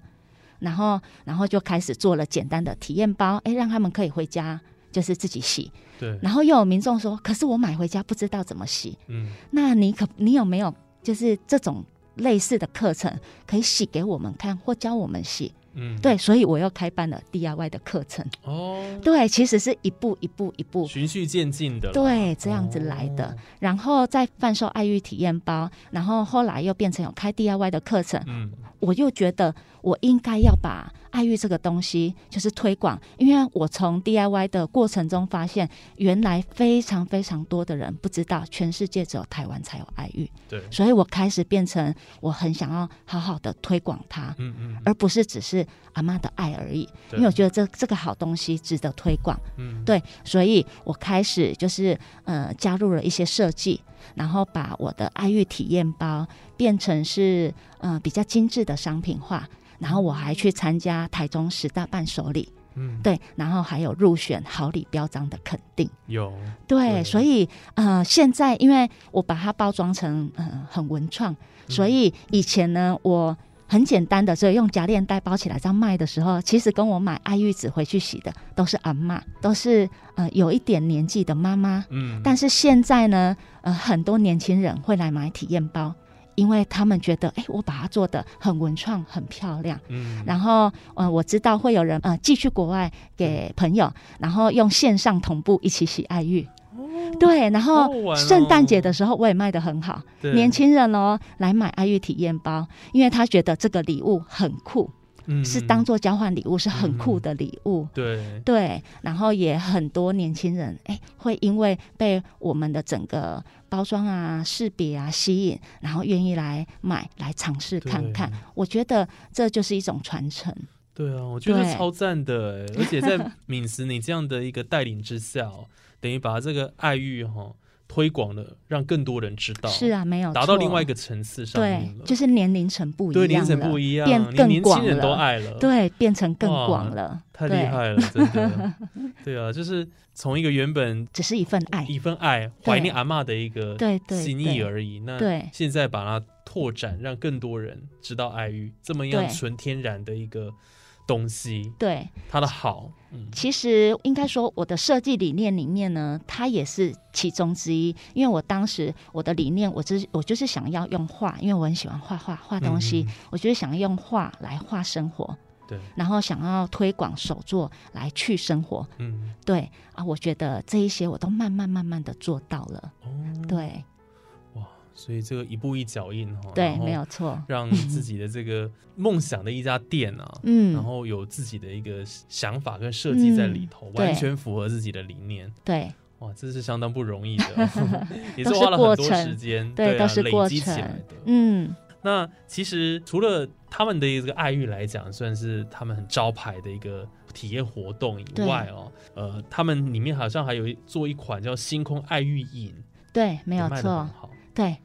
Speaker 2: 然后，然后就开始做了简单的体验包，哎，让他们可以回家就是自己洗。
Speaker 1: 对，
Speaker 2: 然后又有民众说：“可是我买回家不知道怎么洗。”
Speaker 1: 嗯，
Speaker 2: 那你可你有没有就是这种类似的课程可以洗给我们看，或教我们洗？
Speaker 1: 嗯，
Speaker 2: 对，所以我又开办了 DIY 的课程。
Speaker 1: 哦，
Speaker 2: 对，其实是一步一步一步。
Speaker 1: 循序渐进的啦，
Speaker 2: 对，这样子来的，
Speaker 1: 哦
Speaker 2: 然后再贩售爱玉体验包，然后后来又变成有开 DIY 的课程，
Speaker 1: 嗯，
Speaker 2: 我又觉得我应该要把爱玉这个东西就是推广，因为我从 DIY 的过程中发现，原来非常非常多的人不知道，全世界只有台湾才有爱玉，
Speaker 1: 对，
Speaker 2: 所以我开始变成我很想要好好的推广它，
Speaker 1: 嗯嗯，
Speaker 2: 而不是只是阿妈的爱而已。因为我觉得这这个好东西值得推广，
Speaker 1: 得，嗯，
Speaker 2: 对，所以我开始就是呃加入了一些设计，然后把我的爱玉体验包变成是呃比较精致的商品化。然后我还去参加台中十大伴手礼，
Speaker 1: 嗯，
Speaker 2: 对，然后还有入选好礼标章的肯定。
Speaker 1: 有，对
Speaker 2: 对，所以呃，现在因为我把它包装成呃很文创，所以以前呢，我很简单的，所以用夹链袋包起来这样卖的时候，其实跟我买爱玉子回去洗的都是阿嬷，都是呃有一点年纪的妈妈。
Speaker 1: 嗯，
Speaker 2: 但是现在呢，呃，很多年轻人会来买体验包，因为他们觉得，哎，我把它做的很文创、很漂亮。
Speaker 1: 嗯，
Speaker 2: 然后，呃，我知道会有人呃寄去国外
Speaker 1: 嗯
Speaker 2: 给朋友，然后用线上同步一起洗爱玉。对，然
Speaker 1: 哦好好
Speaker 2: 后
Speaker 1: 玩哦
Speaker 2: 圣诞节的时候我也卖的很好，
Speaker 1: 对
Speaker 2: 年轻人哦来买爱玉体验包，因为他觉得这个礼物很酷，
Speaker 1: 嗯
Speaker 2: 是当做交换礼物，是很酷的礼物。
Speaker 1: 对，
Speaker 2: 对，然后也很多年轻人哎，会因为被我们的整个包装啊、识别啊吸引，然后愿意来买、来尝试看看
Speaker 1: 对。
Speaker 2: 我觉得这就是一种传承。
Speaker 1: 对啊，我觉得
Speaker 2: 对
Speaker 1: 超赞的欸，而且 在敏慈你这样的一个带领之下哦，等于把这个爱玉哈、哦、推广了，让更多人知道，
Speaker 2: 是，啊，没有
Speaker 1: 达到
Speaker 2: 错
Speaker 1: 另外一个层次上
Speaker 2: 对
Speaker 1: 面了，，
Speaker 2: 就是年龄层不一样
Speaker 1: 对
Speaker 2: 了，
Speaker 1: 年层不一样，
Speaker 2: 变
Speaker 1: 你
Speaker 2: 更
Speaker 1: 年
Speaker 2: 广
Speaker 1: 轻人都
Speaker 2: 了
Speaker 1: 爱了，，
Speaker 2: 对，变成更
Speaker 1: 哇
Speaker 2: 广了，
Speaker 1: 太厉
Speaker 2: 对，
Speaker 1: 害了，真 的，对啊，就是从一个原本
Speaker 2: 只是一份爱，
Speaker 1: 一份爱
Speaker 2: 对
Speaker 1: 怀念阿嬷的一个
Speaker 2: 对对
Speaker 1: 心意
Speaker 2: 对
Speaker 1: 而已，那
Speaker 2: 对
Speaker 1: 现在把它拓展，让更多人知道爱玉这么样
Speaker 2: 对
Speaker 1: 纯天然的一个东西，
Speaker 2: 对。
Speaker 1: 它的好，嗯。
Speaker 2: 其实应该说，我的设计理念里面呢，它也是其中之一。因为我当时我的理念，我只我就是想要用画，因为我很喜欢画画画东西，
Speaker 1: 嗯
Speaker 2: 我就是想要用画来画生活，
Speaker 1: 对，
Speaker 2: 然后想要推广手作来去生活。
Speaker 1: 嗯，
Speaker 2: 对啊，我觉得这一些我都慢慢慢慢的做到了。
Speaker 1: 哦，
Speaker 2: 对
Speaker 1: 所以这个一步一脚印哈，
Speaker 2: 对，
Speaker 1: 然后
Speaker 2: 没有错。
Speaker 1: 让自己的这个梦想的一家店啊，然
Speaker 2: 嗯，
Speaker 1: 后有自己的一个想法跟设计在里头，
Speaker 2: 嗯
Speaker 1: 完
Speaker 2: 对
Speaker 1: 全符合自己的理念，
Speaker 2: 对
Speaker 1: 哇，这是相当不容易 的，也
Speaker 2: 都是
Speaker 1: 花了很
Speaker 2: 过
Speaker 1: 多
Speaker 2: 程
Speaker 1: 时间，
Speaker 2: 对
Speaker 1: 啊，
Speaker 2: 都是
Speaker 1: 累
Speaker 2: 过
Speaker 1: 积起
Speaker 2: 程
Speaker 1: 来的。
Speaker 2: 嗯，
Speaker 1: 那其实除了他们的这个爱玉来讲，算是他们很招牌的一个体验活动以外哦，呃，他们里面好像还有一做一款叫星空爱玉饮，
Speaker 2: 对，没有
Speaker 1: 也卖得很
Speaker 2: 错。
Speaker 1: 好，
Speaker 2: 对，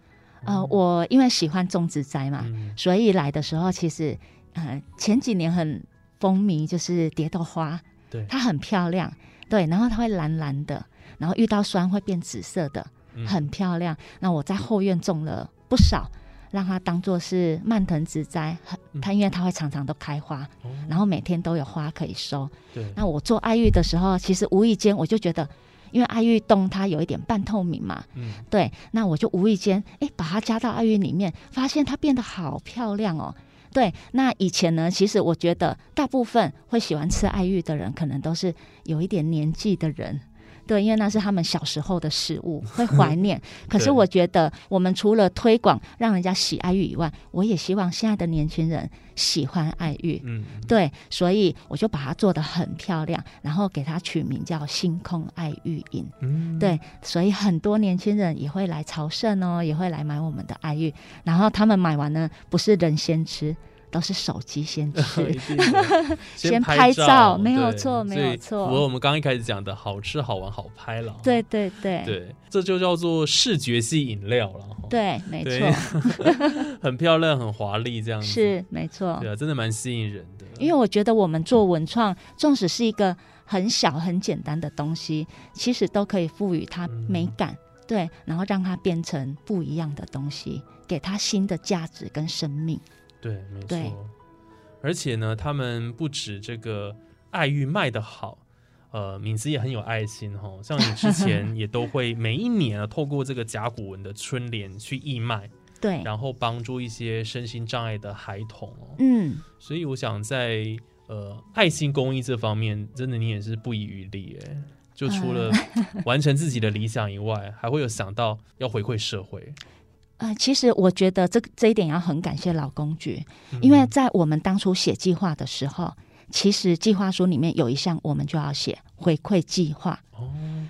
Speaker 2: 呃，我因为喜欢种植栽嘛，
Speaker 1: 嗯，
Speaker 2: 所以来的时候，其实呃前几年很风靡，就是蝶豆花，
Speaker 1: 对
Speaker 2: 它很漂亮，对，然后它会蓝蓝的，然后遇到酸会变紫色的，
Speaker 1: 嗯
Speaker 2: 很漂亮。那我在后院种了不少。让它当做是蔓藤植栽，
Speaker 1: 嗯
Speaker 2: 很它因为它会常常都开花，
Speaker 1: 哦
Speaker 2: 然后每天都有花可以收。
Speaker 1: 对，
Speaker 2: 那我做爱玉的时候，其实无意间我就觉得，因为爱玉冻它有一点半透明嘛，
Speaker 1: 嗯，
Speaker 2: 对，那我就无意间哎把它加到爱玉里面，发现它变得好漂亮哦。对，那以前呢，其实我觉得大部分会喜欢吃爱玉的人，可能都是有一点年纪的人。对，因为那是他们小时候的食物，会怀念。可是
Speaker 1: 对
Speaker 2: 我觉得，我们除了推广让人家喜爱玉以外，我也希望现在的年轻人喜欢爱玉。
Speaker 1: 嗯，
Speaker 2: 对，所以我就把它做得很漂亮，然后给它取名叫“星空爱玉饮”。
Speaker 1: 嗯，
Speaker 2: 对，所以很多年轻人也会来朝圣哦，也会来买我们的爱玉。然后他们买完呢，不是人先吃，都是手机 先
Speaker 1: 一
Speaker 2: 吃。
Speaker 1: 定 的
Speaker 2: 先
Speaker 1: 拍
Speaker 2: 拍照没有
Speaker 1: 对
Speaker 2: 错没有
Speaker 1: 所以
Speaker 2: 错
Speaker 1: 符合我们刚刚一开始讲的好吃、好玩、好拍了。啊
Speaker 2: 对对对
Speaker 1: 对，这就叫做视觉系饮料了。哈，
Speaker 2: 对没
Speaker 1: 对
Speaker 2: 错，
Speaker 1: 很漂亮、很华丽这样子。，
Speaker 2: 是没错
Speaker 1: 对。啊，真的蛮吸引人的。
Speaker 2: 因为我觉得我们做文创，纵使是一个很小很简单的东西，其实都可以赋予它美
Speaker 1: 嗯
Speaker 2: 感，对，然后让它变成不一样的东西，给它新的价值跟生命。
Speaker 1: 对，没
Speaker 2: 对
Speaker 1: 错。而且呢，他们不止这个爱玉卖的好，呃，敏子也很有爱心哦。像你之 前也都会每一年啊，透过这个甲骨文的春联去义卖，
Speaker 2: 对，
Speaker 1: 然后帮助一些身心障碍的孩童哦。
Speaker 2: 嗯，
Speaker 1: 所以我想在呃爱心公益这方面，真的你也是不遗余力哎。就除了
Speaker 2: 嗯
Speaker 1: 完成自己的理想以外，还会有想到要回馈社会，
Speaker 2: 呃，其实我觉得这个这一点要很感谢劳工局，
Speaker 1: 嗯
Speaker 2: 因为在我们当初写计划的时候，其实计划书里面有一项我们就要写回馈计划。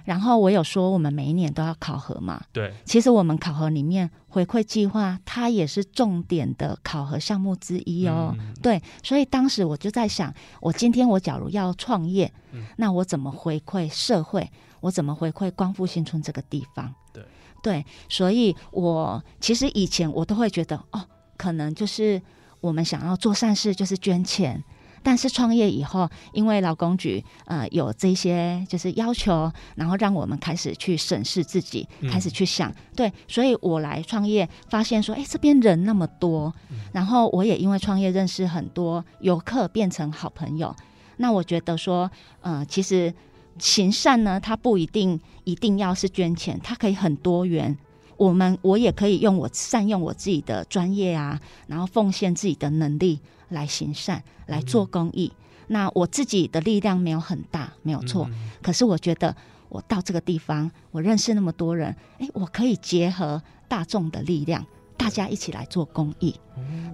Speaker 2: 然后我有说我们每一年都要考核嘛，
Speaker 1: 对，
Speaker 2: 其实我们考核里面回馈计划它也是重点的考核项目之一哦。
Speaker 1: 嗯
Speaker 2: 对，所以当时我就在想，我今天我假如要创业，
Speaker 1: 嗯
Speaker 2: 那我怎么回馈社会？我怎么回馈光复新村这个地方？
Speaker 1: 对
Speaker 2: 对，所以我其实以前我都会觉得，哦，可能就是我们想要做善事，就是捐钱。但是创业以后，因为劳工局呃有这些就是要求，然后让我们开始去审视自己，
Speaker 1: 嗯
Speaker 2: 开始去想，对，所以我来创业，发现说，哎，这边人那么多，然后我也因为创业认识很多游客，变成好朋友。那我觉得说，呃，其实行善呢，它不一定一定要是捐钱，它可以很多元。我们我也可以用我善用我自己的专业啊，然后奉献自己的能力来行善，来做公益。那我自己的力量没有很大，没有错，
Speaker 1: 嗯
Speaker 2: 可是我觉得我到这个地方，我认识那么多人，诶，我可以结合大众的力量，大家一起来做公益。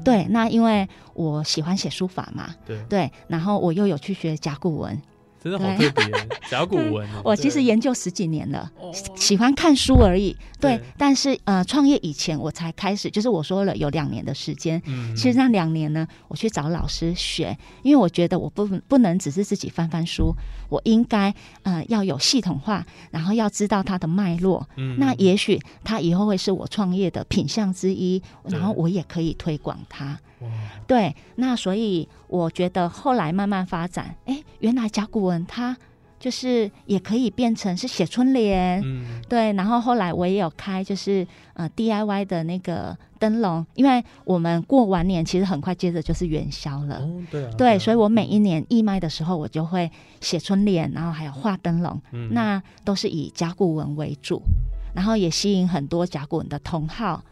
Speaker 2: 对，那因为我喜欢写书法嘛，
Speaker 1: 对，
Speaker 2: 对，然后我又有去学甲骨文，
Speaker 1: 真的好特别，甲骨文哦。
Speaker 2: 我其实研究十几年了，喜欢看书而已。对
Speaker 1: 对，
Speaker 2: 但是呃，创业以前我才开始，就是我说了有两年的时间。
Speaker 1: 嗯
Speaker 2: 其实那两年呢，我去找老师学，因为我觉得我不不能只是自己翻翻书，我应该呃要有系统化，然后要知道它的脉络。
Speaker 1: 嗯
Speaker 2: 那也许它以后会是我创业的品项之一，
Speaker 1: 对
Speaker 2: 然后我也可以推广它。
Speaker 1: 哇
Speaker 2: 对，那所以我觉得后来慢慢发展，哎，原来甲骨文它就是也可以变成是写春联，
Speaker 1: 嗯
Speaker 2: 对。然后后来我也有开就是呃 DIY 的那个灯笼，因为我们过完年其实很快接着就是元宵了。
Speaker 1: 哦对啊
Speaker 2: 呃对，所以我每一年义卖的时候，我就会写春联，然后还有画灯笼，
Speaker 1: 嗯
Speaker 2: 那都是以甲骨文为主，然后也吸引很多甲骨文的同好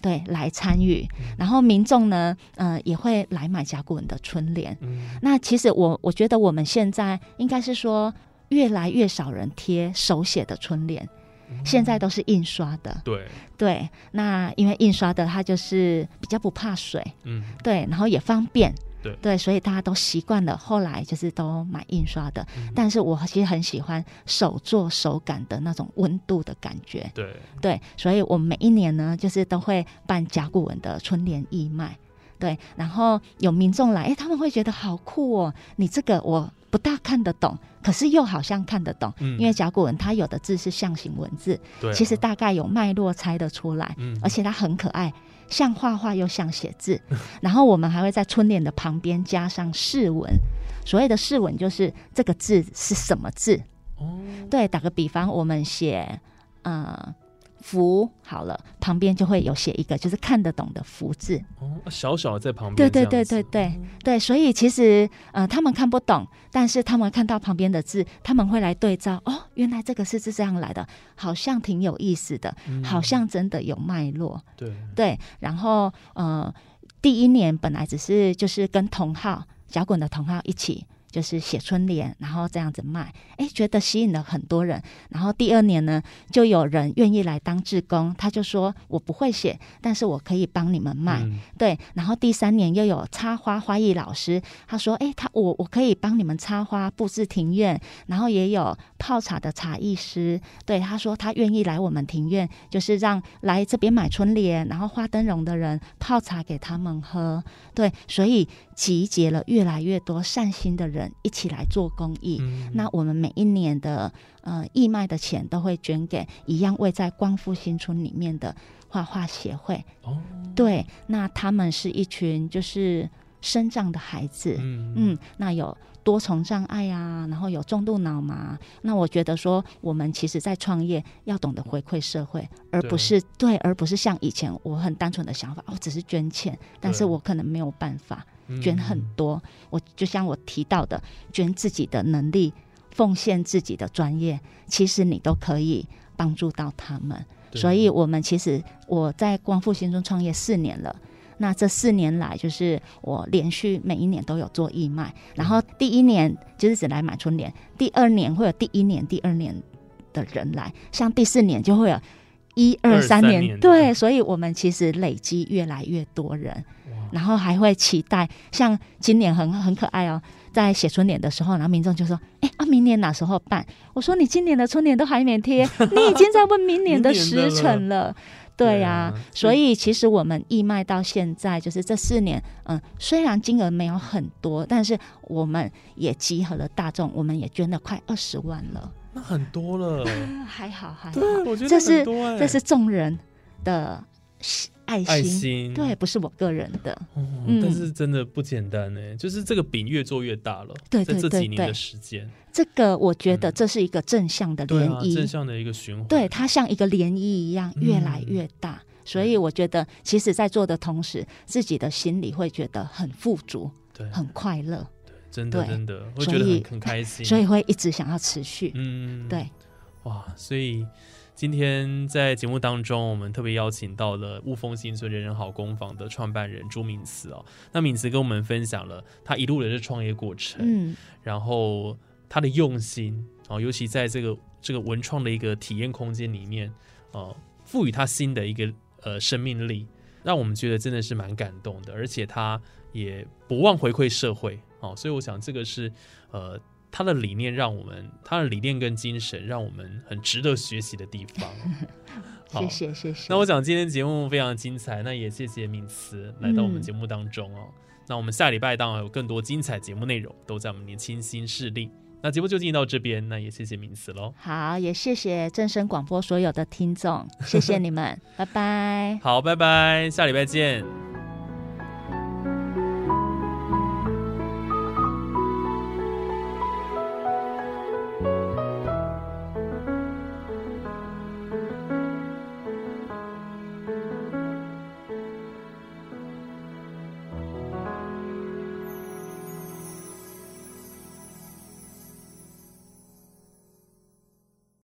Speaker 2: 对来参与，然后民众呢，呃，也会来买甲骨文的春联。
Speaker 1: 嗯
Speaker 2: 那其实我我觉得我们现在应该是说，越来越少人贴手写的春联，现在都是印刷的。
Speaker 1: 对
Speaker 2: 对，那因为印刷的它就是比较不怕水，
Speaker 1: 嗯
Speaker 2: 对，然后也方便。
Speaker 1: 对
Speaker 2: 所以大家都习惯了，后来就是都买印刷的。
Speaker 1: 嗯
Speaker 2: 但是我其实很喜欢手做手感的那种温度的感觉。
Speaker 1: 对
Speaker 2: 对，所以我每一年呢，就是都会办甲骨文的春联义卖。对，然后有民众来，诶，他们会觉得好酷哦，你这个我不大看得懂，可是又好像看得懂，
Speaker 1: 嗯
Speaker 2: 因为甲骨文它有的字是象形文字，
Speaker 1: 对啊
Speaker 2: 其实呃大概有脉络猜得出来。
Speaker 1: 嗯
Speaker 2: 而且它很可爱，像画画又像写字。 然后我们还会在春联的旁边加上释文，所谓的释文就是这个字是什么字。
Speaker 1: 哦
Speaker 2: 对，打个比方，我们写呃“福”好了，旁边就会有写一个就是看得懂的“福”字。
Speaker 1: 哦小小的在旁
Speaker 2: 对
Speaker 1: 边
Speaker 2: 对
Speaker 1: 这
Speaker 2: 对
Speaker 1: 样子
Speaker 2: 对对对，所以其实呃他们看不懂，但是他们看到旁边的字，他们会来对照哦，原来这个是是这样来的，好像挺有意思的，
Speaker 1: 嗯
Speaker 2: 好像真的有脉络。
Speaker 1: 对
Speaker 2: 对，然后呃，第一年本来只是就是跟同号摇滚的同号一起。就是写春联，然后这样子卖，诶，觉得吸引了很多人。然后第二年呢，就有人愿意来当志工，他就说我不会写，但是我可以帮你们卖。
Speaker 1: 嗯
Speaker 2: 对，然后第三年又有插花花艺老师，他说：“诶，他我我可以帮你们插花布置庭院，然后也有泡茶的茶艺师，对他说他愿意来我们庭院，就是让来这边买春联，然后花灯笼的人泡茶给他们喝。对，所以集结了越来越多善心的人一起来做公益。
Speaker 1: 嗯
Speaker 2: 那我们每一年的呃义卖的钱都会捐给一样位在光复新村里面的画画协会。
Speaker 1: 哦
Speaker 2: 对，那他们是一群就是生长的孩子，
Speaker 1: 嗯
Speaker 2: 嗯，那有多重障碍啊，然后有重度脑麻。那我觉得说，我们其实在创业要懂得回馈社会，而不
Speaker 1: 对
Speaker 2: 是对，而不是像以前我很单纯的想法，我、哦只是捐钱，但是
Speaker 1: 对
Speaker 2: 我可能没有办法
Speaker 1: 嗯
Speaker 2: 捐很多。我就像我提到的，捐自己的能力，奉献自己的专业，其实你都可以帮助到他们。
Speaker 1: 对
Speaker 2: 所以我们其实我在光复新村创业四年了。那这四年来，就是我连续每一年都有做义卖，然
Speaker 1: 嗯
Speaker 2: 后第一年就是只来买春联，第二年会有第一年、第二年的人来，像第四年就会有一
Speaker 1: 二
Speaker 2: 二三
Speaker 1: 三年
Speaker 2: 年，
Speaker 1: 的
Speaker 2: 对，所以我们其实累积越来越多人，
Speaker 1: 哇
Speaker 2: 然后还会期待，像今年很很可爱哦，在写春联的时候，然后民众就说：“哎、啊，明年哪时候办？”我说：“你今年的春联都还没 贴，你已经在问明年的时辰了。”对呀、
Speaker 1: 对啊
Speaker 2: 所以其实我们义卖到现在，就是这四年，嗯，虽然金额没有很多，但是我们也集合了大众，我们也捐了快二十万了，
Speaker 1: 那很多 了
Speaker 2: 还好还好，
Speaker 1: 对我觉得
Speaker 2: 这是
Speaker 1: 很多哎
Speaker 2: 这是众人的爱心，
Speaker 1: 爱心
Speaker 2: 对，不是我个人的。
Speaker 1: 哦
Speaker 2: 嗯
Speaker 1: 但是真的不简单哎，就是这个饼越做越大了，
Speaker 2: 对
Speaker 1: 在
Speaker 2: 对
Speaker 1: 这
Speaker 2: 对
Speaker 1: 几年的
Speaker 2: 对
Speaker 1: 时间，
Speaker 2: 这个我觉得
Speaker 1: 嗯
Speaker 2: 这是一个正向的
Speaker 1: 对
Speaker 2: 呃涟
Speaker 1: 啊，正
Speaker 2: 漪，
Speaker 1: 向的一个循环，
Speaker 2: 对它像一个涟漪一样
Speaker 1: 嗯
Speaker 2: 越来越大。所以我觉得，其实，在做的同时，自己的心里会觉得很富足、
Speaker 1: 对，
Speaker 2: 很快乐，
Speaker 1: 真的
Speaker 2: 对
Speaker 1: 真的会
Speaker 2: 所
Speaker 1: 觉得
Speaker 2: 以
Speaker 1: 很很开心，
Speaker 2: 所以会一直想要持续。
Speaker 1: 嗯，
Speaker 2: 对，
Speaker 1: 哇，所以今天在节目当中，我们特别邀请到了雾峰新村人人好工坊的创办人朱敏慈哦。那敏慈跟我们分享了他一路的这创业过程，
Speaker 2: 嗯，
Speaker 1: 然后他的用心，然后尤其在这个这个文创的一个体验空间里面，呃，赋予他新的一个呃生命力，让我们觉得真的是蛮感动的，而且他也不忘回馈社会哦，所以我想这个是呃。他的理念让我们，他的理念跟精神让我们很值得学习的地 方。好
Speaker 2: 谢谢谢谢。
Speaker 1: 那我想今天节目非常精彩，那也谢谢敏慈来到我们节目当中
Speaker 2: 嗯
Speaker 1: 哦。那我们下礼拜当然有更多精彩节目内容，都在我们年轻新势力。那节目就进行到这边，那也谢谢敏慈喽。
Speaker 2: 好，也谢谢正 声广播所有的听众，谢谢你们，拜拜。
Speaker 1: 好，拜拜，下礼拜见。